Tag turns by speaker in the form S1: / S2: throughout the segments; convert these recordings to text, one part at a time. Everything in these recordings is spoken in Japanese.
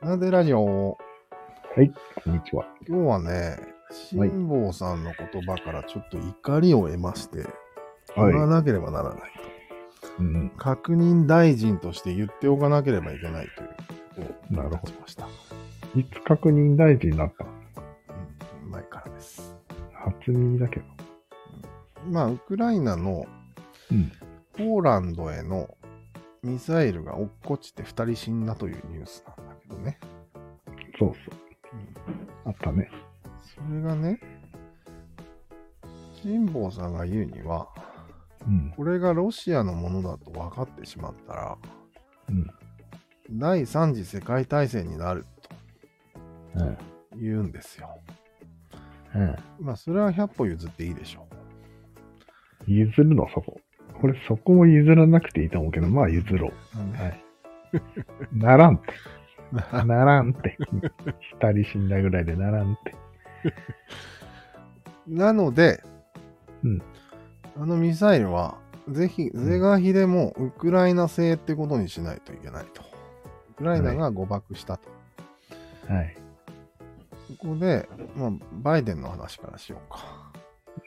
S1: なでラジオ、
S2: はい、こんにちは。
S1: 今日はね、
S2: はい
S1: 辛坊さんの言葉からちょっと怒りを得まして、言わ
S2: は
S1: なければならない。
S2: い。うん、
S1: 確認大臣として言っておかなければいけないということを
S2: なるほど
S1: 立ちました。
S2: いつ確認大臣になったの
S1: うん、前からです。
S2: 初耳だけど。
S1: まあ、ウクライナの
S2: うん。
S1: ポーランドへのミサイルが落っこちて2人死んだというニュースなんだけどね。
S2: そう
S1: うん
S2: そう。あったね。
S1: それがね、辛坊さんが言うには、
S2: うん。
S1: これがロシアのものだと分かってしまったら、
S2: うん。
S1: 第三次世界大戦になる
S2: うん。
S1: と言うんですよ。
S2: うん。
S1: まあ、それは100歩譲っていいでしょ
S2: 譲るの、そこ。俺、そこも譲らなくていいと思うけど、まあ譲ろ
S1: う。
S2: う。はい。なら んって。
S1: な
S2: ならんって。二人死んだぐらいでならんって。
S1: なので、
S2: うん
S1: あのミサイルは、ぜひ、
S2: ん
S1: 是が非でもウクライナ製ってことにしないといけないと。ウクライナが誤爆したと。
S2: はい。
S1: そこで、まあ、バイデンの話からしようか。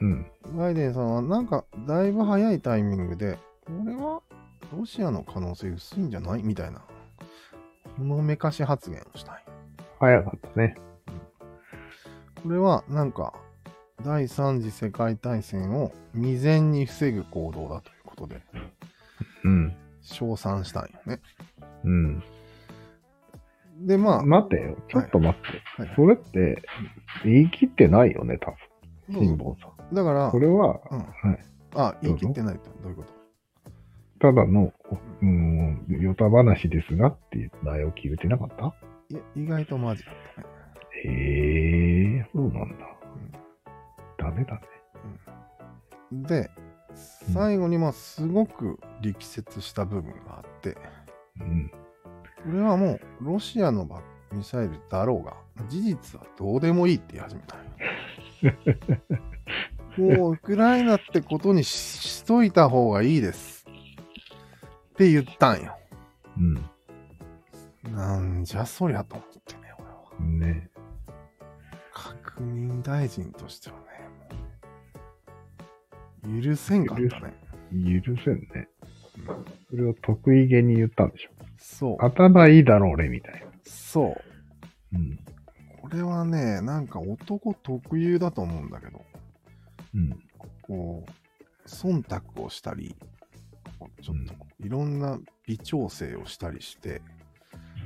S2: うん。
S1: バイデンさんはなんかだいぶ早いタイミングで、これはロシアの可能性薄いんじゃないみたいな、ほのめかし発言をしたい。
S2: 早かったね。
S1: これはなんか第三次世界大戦を未然に防ぐ行動だということで、
S2: うん。
S1: 称賛したいよね。
S2: うん。
S1: で、まあ、
S2: 待てよ。ちょっと待って。
S1: はいはい
S2: それって、言い切ってないよね、多
S1: どうぞ
S2: 分。辛坊さん。
S1: だから
S2: そ、れは、
S1: うん、
S2: はい。
S1: あ、言い
S2: どう
S1: 切
S2: ぞ
S1: ってないと。どういうこと
S2: ただの、うーん、ヨタ話ですがっていう前置き言ってなかった
S1: いや意外とマジだったね。
S2: へえ、そうなんだ。ダメだね。
S1: で、最後にまあすごく力説した部分があって、
S2: うん。
S1: これはもうロシアのばミサイルだろうが事実はどうでもいいって言い始めたの よもうウクライナってことにししといた方がいいですって言ったんよなんじゃそりゃと思ってね俺は
S2: うん。ね
S1: 確認大臣としてはねもう許せんかったね
S2: 許せんね。それを得意げに言ったんでしょ。
S1: そう
S2: 頭いいだろ、俺、みたい
S1: そう
S2: な。う
S1: こ
S2: ん。
S1: れはねなんか男特有だと思うんだけど
S2: うん。
S1: こう、忖度をしたり、こうちょっとこういろんな微調整をしたりして、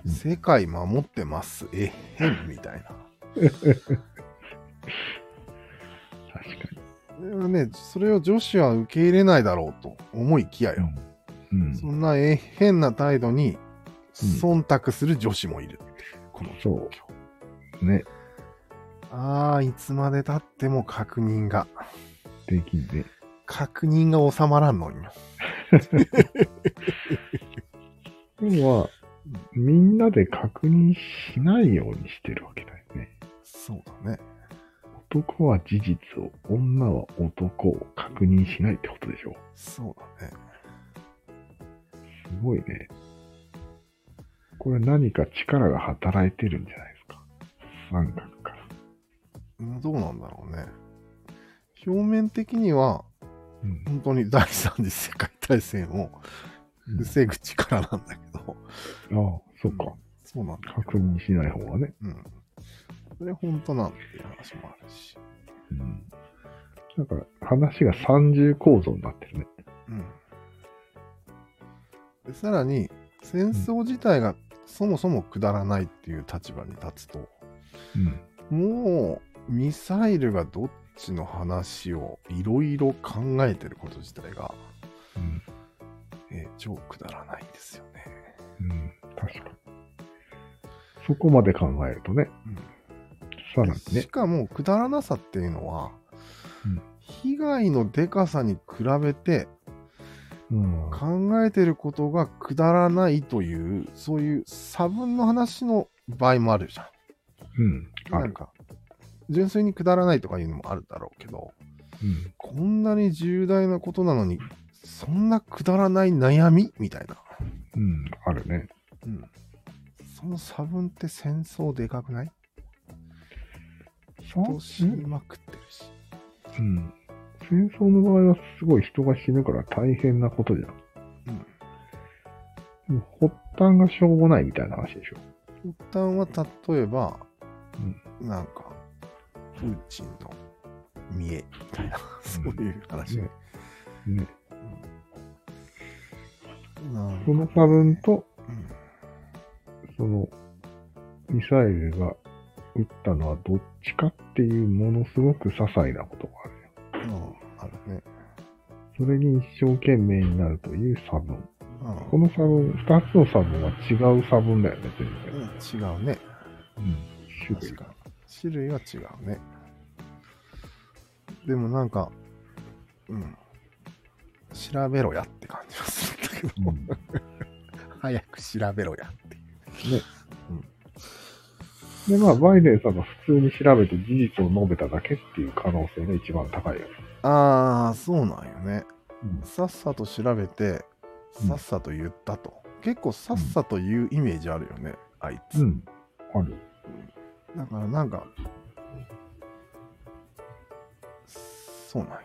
S2: うん
S1: 世界守ってます、えへん、みたいな。
S2: 確か
S1: でもね、それを女子は受け入れないだろうと思いきや
S2: に
S1: よ。。
S2: うん。
S1: そんなえへんな態度に、忖度する女子もいる。この状況。
S2: うん、ね。
S1: ああ、いつまで経っても確認が、
S2: できね。
S1: 確認が収まらんの、今。
S2: 要は、みんなで確認しないようにしてるわけだよね。
S1: そうだね。
S2: 男は事実を、女は男を確認しないってことでしょ。
S1: そうだね。
S2: すごいね。これ何か力が働いてるんじゃないですか。三角から。
S1: うんどうなんだろうね。表面的には、
S2: うん
S1: 本当に第三次世界大戦を防ぐ力なんだけど、
S2: ああ、そうか。
S1: そうなんだ。
S2: 確認しない方がね。
S1: うん。それ本当なんていう話もあるし。
S2: うん。なんか話が三重構造になってるね。
S1: うん。でさらに、戦争自体がそもそもくだらないっていう立場に立つと、
S2: うん。
S1: もうミサイルがどっちの話をいろいろ考えてること自体が、
S2: うん。
S1: えー超くだらないですよね。
S2: うん。確かに。そこまで考えるとね。
S1: うん
S2: さらに
S1: し
S2: ね。
S1: かもくだらなさっていうのは、
S2: うん
S1: 被害のでかさに比べて
S2: うん。
S1: 考えてることがくだらないというそういう差分の話の場合もあるじゃ
S2: うん。
S1: ん。な
S2: あ
S1: ん
S2: る。
S1: か純粋にくだらないとかいうのもあるだろうけど
S2: うん。
S1: こんなに重大なことなのにそんなくだらない悩みみたいな、
S2: うん。あるね。
S1: うん、その差分って戦争でかくない
S2: そう
S1: 人死にまくってるし。
S2: うん。戦争の場合はすごい人が死ぬから大変なことじゃん。
S1: うん。
S2: でも発端がしょうもないみたいな話でしょ。
S1: 一旦は例えば、なんか、プーチンの見えみたいな、そういう話。
S2: ねね。
S1: なんか
S2: その差分と、
S1: うん
S2: その、ミサイルが撃ったのはどっちかっていうものすごく些細なことがあるよ。
S1: うん、あるね。
S2: それに一生懸命になるという差分。
S1: うん
S2: この差分、二つの差分は違う差分だよね、全
S1: う
S2: 然。
S1: ん、違うね。
S2: うん。種類
S1: 確
S2: が
S1: か。種類は違うね。でもなんか、うん、調べろやって感じはするんだけど、
S2: うんね
S1: 早く調べろやっていう。
S2: で、まあ、バイデンさんが普通に調べて事実を述べただけっていう可能性が一番高いよね。
S1: ああ、そうなんよね。
S2: うん
S1: さっさと調べて、
S2: うん
S1: さっさと言ったと。結構さっさと言うイメージあるよね、あいつ。
S2: うん。ある。
S1: だからなんか、そうなんよ。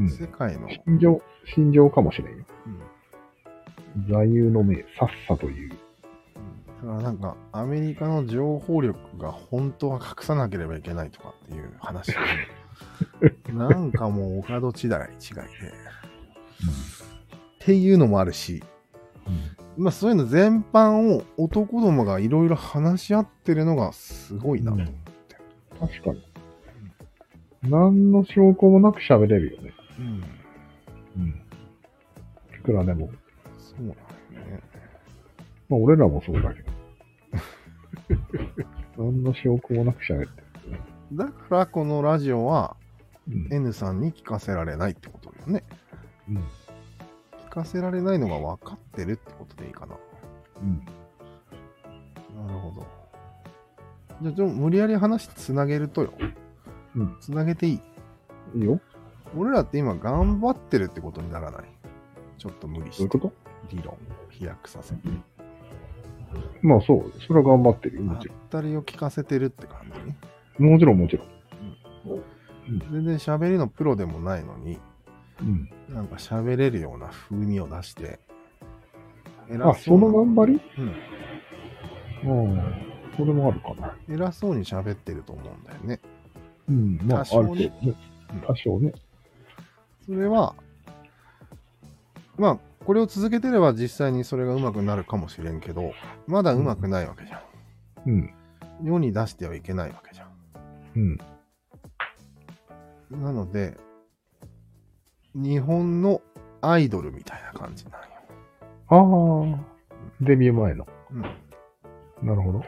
S2: うん。
S1: 世界の、
S2: 心情、心情かもしれんよ。
S1: うん
S2: 座右の銘、さっさと言う。
S1: だからなんか、アメリカの情報力が本当は隠さなければいけないとかっていう話。 なんかもう、お門違い違いで。っていうのもあるし、まあそういうの全般を男どもがいろいろ話し合ってるのがすごいなと思って。
S2: 確かに。何の証拠もなく喋れるよね。
S1: うん。
S2: うん。いくらでも。
S1: そうなんよね。
S2: まあ、俺らもそうだけ ど。何の証拠もなく喋って
S1: だからこのラジオは
S2: る。うん。
S1: N さんに聞かせられないってことよね。
S2: うん。
S1: 聞かせられないのが分かってるってことでいいかな。
S2: うん。
S1: なるほど。じゃあ、ちょ無理やり話つなげるとよ。
S2: うん。
S1: つなげていい
S2: いいよ。
S1: 俺らって今頑張ってるってことにならない。ちょっと無理
S2: どうい
S1: し
S2: う
S1: て
S2: こと
S1: 理論を飛躍させて。
S2: まあそう。それは頑張ってるよ。
S1: 当
S2: もちろ
S1: たりを聞かせてるって感じね。
S2: ん。もちろんもちろん。
S1: 全然喋りのプロでもないのに、
S2: うん。
S1: なんか喋れるような風味を出して。偉
S2: あ、その頑張り
S1: うん。
S2: うん。それもあるかな。
S1: 偉そうに喋ってると思うんだよね。
S2: うん。まあ、あ
S1: 多
S2: る程
S1: 少
S2: 度
S1: ね
S2: ね。多少ね。
S1: それは、まあ、これを続けてれば実際にそれが上手くなるかもしれんけど、まだ上手くないわけじゃん。
S2: うん。
S1: 世に出してはいけないわけじゃ
S2: うん。
S1: ん。なので、日本のアイドルみたいな感じなんよ。
S2: ああ。デビュー前の。
S1: うん、
S2: なるほど。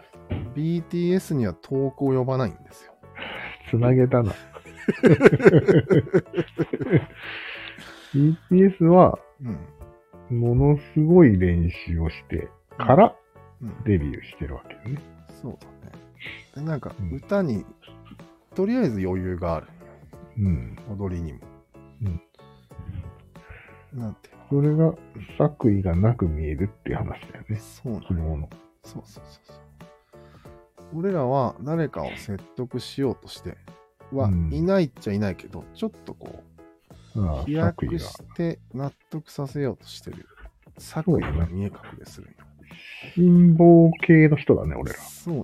S1: BTS には遠く及ばないんですよ。
S2: つなげたな。BTS は、
S1: うん。
S2: ものすごい練習をしてから
S1: うん、
S2: デビューしてるわけね。
S1: そうだね。でなんか
S2: うん
S1: 歌に、とりあえず余裕がある。
S2: うん。
S1: 踊りにも。
S2: うん
S1: なんていう
S2: それが作為がなく見えるっていう話だよ
S1: の
S2: ね。
S1: そうなの
S2: 昨日の。
S1: そうそうそうそう。俺らは誰かを説得しようとしては
S2: うん
S1: いないっちゃいないけど、ちょっとこ
S2: あ
S1: う、
S2: あ
S1: 飛
S2: 作
S1: 躍
S2: 為が
S1: して納得させようとしてる。作為が見え隠れするんよ。
S2: 辛抱系の人だね、俺ら。
S1: そうなん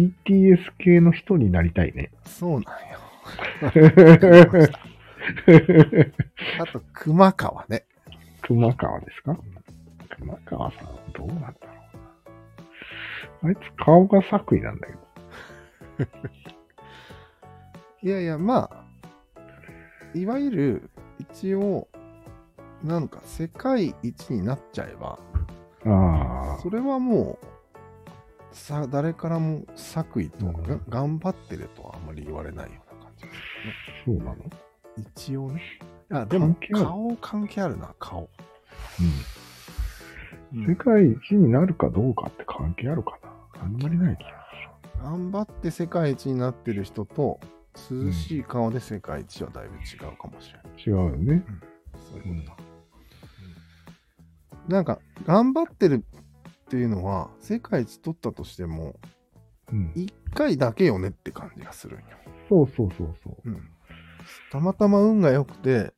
S1: よ。
S2: BTS 系の人になりた いね。
S1: そうなんよ。
S2: 熊
S1: あと、熊川ね。
S2: 川ですか熊川さん、どうなんだろうな。あいつ顔が作為なんだけど。
S1: いやいや、まあ、いわゆる、一応、なんか世界一になっちゃえば、
S2: ああ
S1: そ。れはもう、さ誰からも作為とか、
S2: うん
S1: 頑張ってるとはあんまり言われないような感じです
S2: そうなの
S1: よね。一応ね。あ、でも
S2: 関、係ある
S1: 顔関係あるな、顔。
S2: うん。世界一になるかどうかって関係あるかなあんまりない気が
S1: 頑張って世界一になってる人と、涼しい顔で世界一はだいぶ違うかもしれない。
S2: する。違うよね。
S1: そういうことだ。なんか、頑張ってるっっていうのは、世界一取ったとしても、
S2: うん。
S1: 一回だけよねって感じがするんよ。
S2: そうそうそうそ
S1: う
S2: う。
S1: ん。たまたま運が良くて、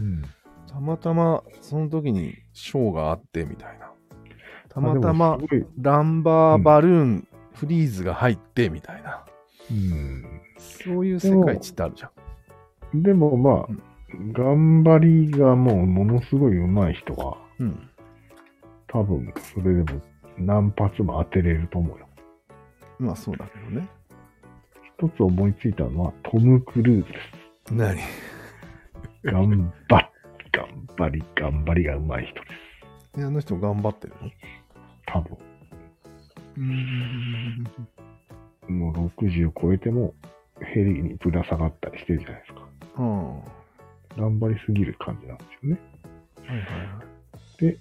S2: うん。
S1: たまたまその時に賞があってみたいな。たまたま
S2: あでもすごい
S1: ランバーバルーン、フリーズが入ってみたいな。
S2: う
S1: そういう世界一ってあるじゃん。
S2: ん。でもまあ、
S1: うん
S2: 頑張りがもうものすごい上手い人は、
S1: うん。
S2: 多分それでも何発も当てれると思うよ。
S1: まあそうだけどね。
S2: 一つ思いついたのはトム・クルーズです。
S1: 何
S2: 頑張っ、頑張り、頑張りが上手い人です。
S1: あの人頑張ってる
S2: 多分。
S1: の
S2: もう60を超えてもヘリにぶら下がったりしてるじゃないですか。
S1: うん。は
S2: 頑張りすぎる感じなんですよね。
S1: いはいはい。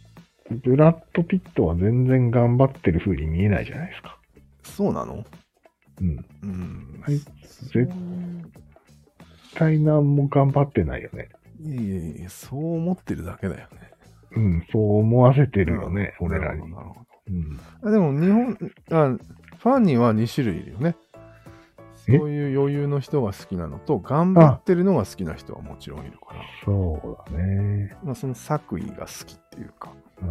S2: ブラッド・ピットは全然頑張ってる風に見えないじゃないですか。
S1: そうなの
S2: うん。絶
S1: うん。
S2: はい
S1: そう
S2: 対何も頑張ってないよね。
S1: いやいやいや、そう思ってるだけだよね。
S2: うん、そう思わせてるよね、
S1: うん
S2: 俺らに。
S1: なるほどなる
S2: う
S1: ほ
S2: ん。
S1: どあでも日本あ、ファンには2種類いるよね。そ
S2: え
S1: ういう余裕の人が好きなのと、頑張ってるのが好きな人はもちろんいるから、
S2: そうだね。
S1: まあ、その作為が好きっていうか。
S2: あ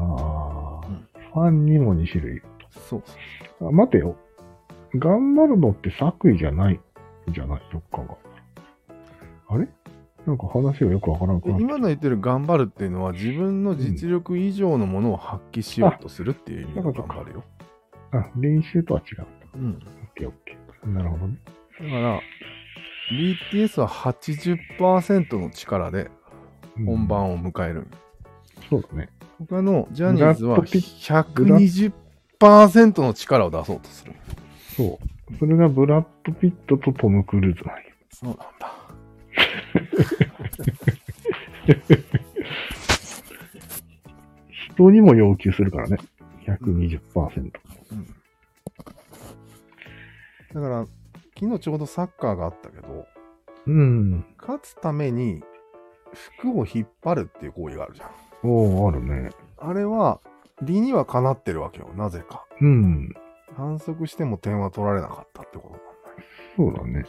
S2: あ、
S1: うん
S2: ファンにも2種類。
S1: そうそ
S2: あ待てよ。頑張るのって作為じゃない、じゃない、どっかが。あれなんか話がよくわからなく
S1: う
S2: な
S1: で
S2: っ
S1: 今の言ってる頑張るっていうのは、自分の実力以上のものを発揮しようとするっていう意味の頑張るよ。
S2: た。あ、練習とは違う。
S1: うん。
S2: オッケーオッケー。なるほどね。
S1: だから、BTS は80%の力で
S2: うん
S1: 本。番を迎える。
S2: そうだね。
S1: 他のジャニーズは
S2: ブラッドピ
S1: 120%の力を出そうとする。
S2: そう。それがブラッド・ピットとトム・クルーズなんよ。
S1: そうなんだ。
S2: 人にも要求するからね。120%。
S1: うん、だから、昨日ちょうどサッカーがあったけど、
S2: うん。
S1: 勝つために服を引っ張るっていう行為があるじゃん。
S2: おおあるね。
S1: あれは、理にはかなってるわけよ。なぜか。
S2: うん。
S1: 反則しても点は取られなかったってことなんだよ
S2: そうだね。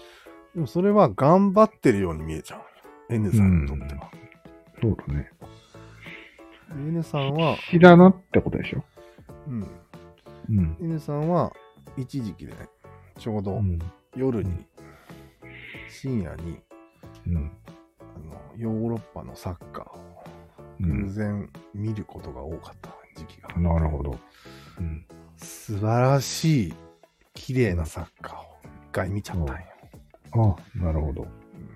S1: でもそれは頑張ってるように見えちゃう。N さんにとっては。
S2: そうだね。
S1: N さんは、
S2: 知らなってことでしょ。
S1: うん、
S2: うん。
S1: N さんは一時期でね、ちょう
S2: う
S1: ど
S2: ん。
S1: 夜に、深夜に
S2: うん。
S1: あのヨーロッパのサッカ
S2: う
S1: ーを偶
S2: ん。
S1: 然見ることが多かった時期が、
S2: なるほど。うん。
S1: 素晴らしい綺麗なサッカーを一回見ちゃったんよ、
S2: あなるほど。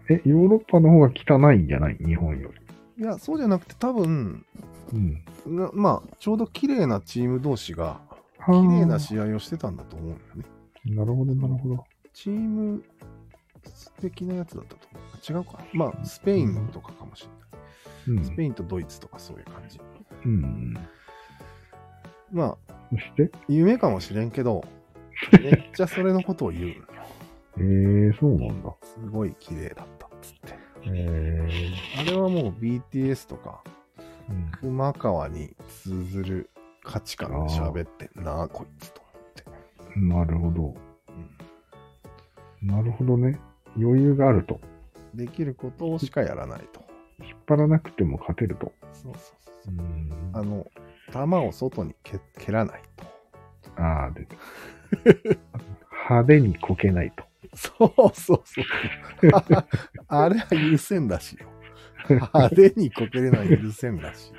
S2: え、ヨーロッパの方が汚いんじゃない日本より。
S1: いやそうじゃなくて多分
S2: うん。
S1: なまあちょうど綺麗なチーム同士が
S2: 綺
S1: 綺麗な試合をしてたんだと思うんだよね
S2: なるほど、なるほど。
S1: チーム的なやつだったと思う違うかまあスペインとかかもしれない、
S2: うん。
S1: スペインとドイツとかそういう感じ
S2: うん。
S1: まあ
S2: そして
S1: 夢かもしれんけどめっちゃそれのことを言 う
S2: えー、そうなんだ。
S1: すごい綺麗だったっつって。
S2: えー。
S1: あれはもう BTS とか
S2: うん
S1: 熊川に通ずる価値観で喋ってんな、こいつと
S2: なるほど。
S1: 思って、
S2: なるほどね。余裕があると。
S1: うん。できることをしかやらないと。
S2: 引っ張らなくても勝てると。
S1: そうそうそうそうう。
S2: ん
S1: あの、球を外に蹴蹴らないと。
S2: ああ、出て 派手にこけないと。
S1: そうそうそう。 あれは優先だしよ。派手にこけるのは優先だし。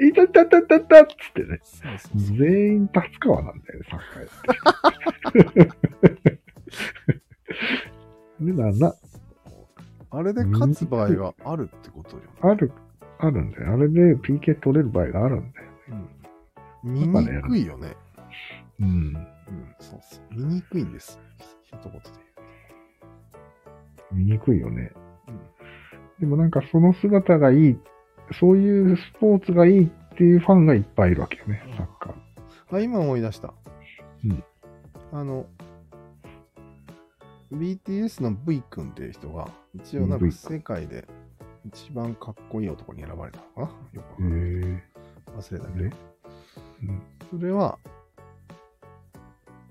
S2: いたたたたたっつってね。
S1: そうそうそう。
S2: 全員達川なんだよね、サッカーやって。 でな、な、
S1: あれで勝つ場合があるってことよ、ね。
S2: ある、あるんだよ。あれで PK 取れる場合があるんだよ。
S1: うん見にくいよね。
S2: うん。
S1: うん、そうそう。見にくいんです。ひ一言で
S2: 見にくいよね。
S1: 言う。
S2: でもなんかその姿がいい、そういうスポーツがいいっていうファンがいっぱいいるわけよね、サッカー。
S1: うん、あ、今思い出した。
S2: うん。
S1: あの、BTS の V 君っていう人が、一応なんか
S2: V
S1: 世界で一番かっこいい男に選ばれたのかなよくわかんない
S2: へ
S1: 忘れたけ
S2: え。
S1: ど
S2: で、
S1: それは、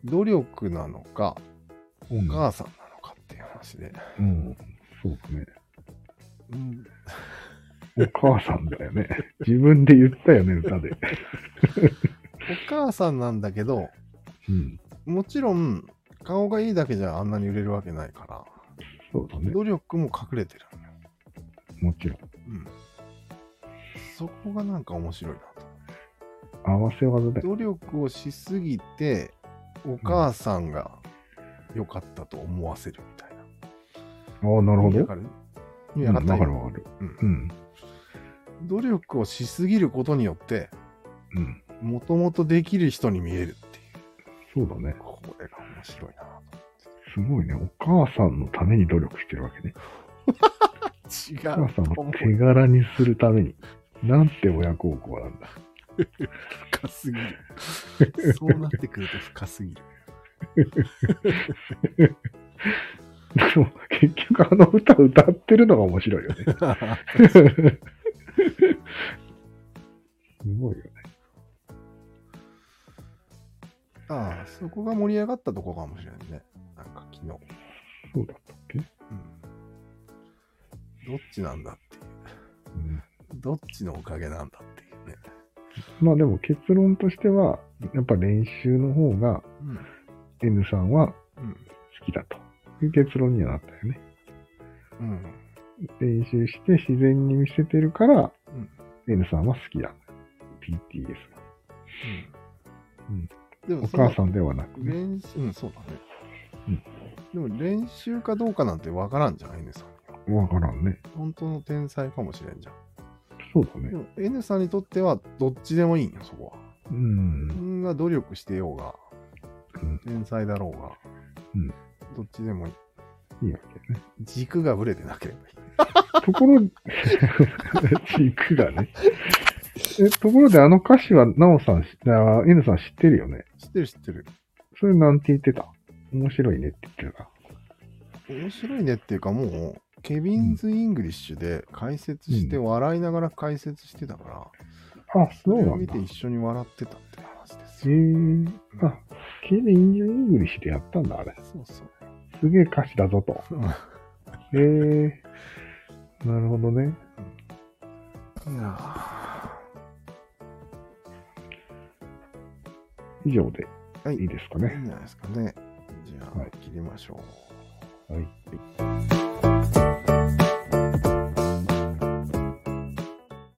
S1: 努力なのか、
S2: う
S1: お
S2: ん。
S1: 母さんなのかっていう話で。
S2: うん。そうだね。
S1: うん、
S2: お母さんだよね。自分で言ったよね、歌で。
S1: お母さんなんだけど、
S2: うん。
S1: もちろん、顔がいいだけじゃあんなに売れるわけないか
S2: そうだ
S1: ら、
S2: ね。
S1: 努力も隠れてるんだよ。
S2: もちろん。
S1: うん。そこがなんか面白いなと。
S2: 合わせ技だよ。
S1: 努力をしすぎて、お母さんが良かったと思わせるみたいな。
S2: ああ、なるほど。
S1: 意味わ
S2: うん
S1: かる意味
S2: わ
S1: わか
S2: か
S1: った、
S2: るわかる。
S1: うん
S2: うん。
S1: 努力をしすぎることによって、
S2: うん。
S1: もともとできる人に見えるっていう。
S2: そうだね。
S1: これが面白いなと。
S2: すごいね。お母さんのために努力してるわけね。
S1: 違
S2: お母さん
S1: うと
S2: を
S1: 思う
S2: 手柄にするために。なんて親孝行なんだ。
S1: 深すぎ る。そうなってくると深すぎる。
S2: でも、結局あの歌歌ってるのが面白いよ ね。すごいよね。
S1: ああ、そこが盛り上がったとこかもしれないね。なんか昨日。うん、
S2: そうだったっけ、
S1: どっちなんだっていう。
S2: うん、
S1: どっちのおかげなんだっていうね。
S2: まあでも結論としては、やっぱ練習の方が
S1: うん
S2: N さんは
S1: うん。
S2: 好きだという結論にはなったよね。
S1: うん。
S2: 練習して自然に見せてるから、
S1: うん
S2: N さんは好きなんだ。PTS が。うん
S1: でも
S2: お
S1: その
S2: 母さんではなく、ね、
S1: 練習、うん、そうだね。でも練習かどうかなんてわからんじゃん、N さんには。
S2: わからんね。
S1: 本当の天才かもしれんじゃん。
S2: そうだ
S1: で
S2: ね。
S1: も N さんにとってはどっちでもいいんよ、そこは。
S2: うん
S1: そ。んな努力してようが、
S2: うん
S1: 天才だろうが、
S2: うん
S1: どっちでもいい。
S2: いいわけね。
S1: 軸がぶれてなければいい。
S2: とこ ろ、チークがね。え、ところであの歌詞は、なおさん、あ N さん知ってるよね。
S1: 知ってる知ってる。
S2: それなんて言ってた面白いねって言ってた。
S1: 面白いねっていうかもう、ケビンズ・イングリッシュで解説して、
S2: う
S1: 笑いながら解説してたから、
S2: あ、そう
S1: それ
S2: な
S1: を
S2: ん
S1: 見
S2: だ。
S1: て一緒に笑ってたって話です
S2: へ
S1: よ。
S2: ーあ、ケビン・イングリッシュでやったんだ、あれ。
S1: そうそう。
S2: すげえ歌詞だぞと。へえなるほどね。
S1: いや
S2: 以上で
S1: はい
S2: いいですか
S1: ーいい
S2: ね。
S1: んじゃないですかね。じゃあ、
S2: はい
S1: 切りましょう。
S2: はい。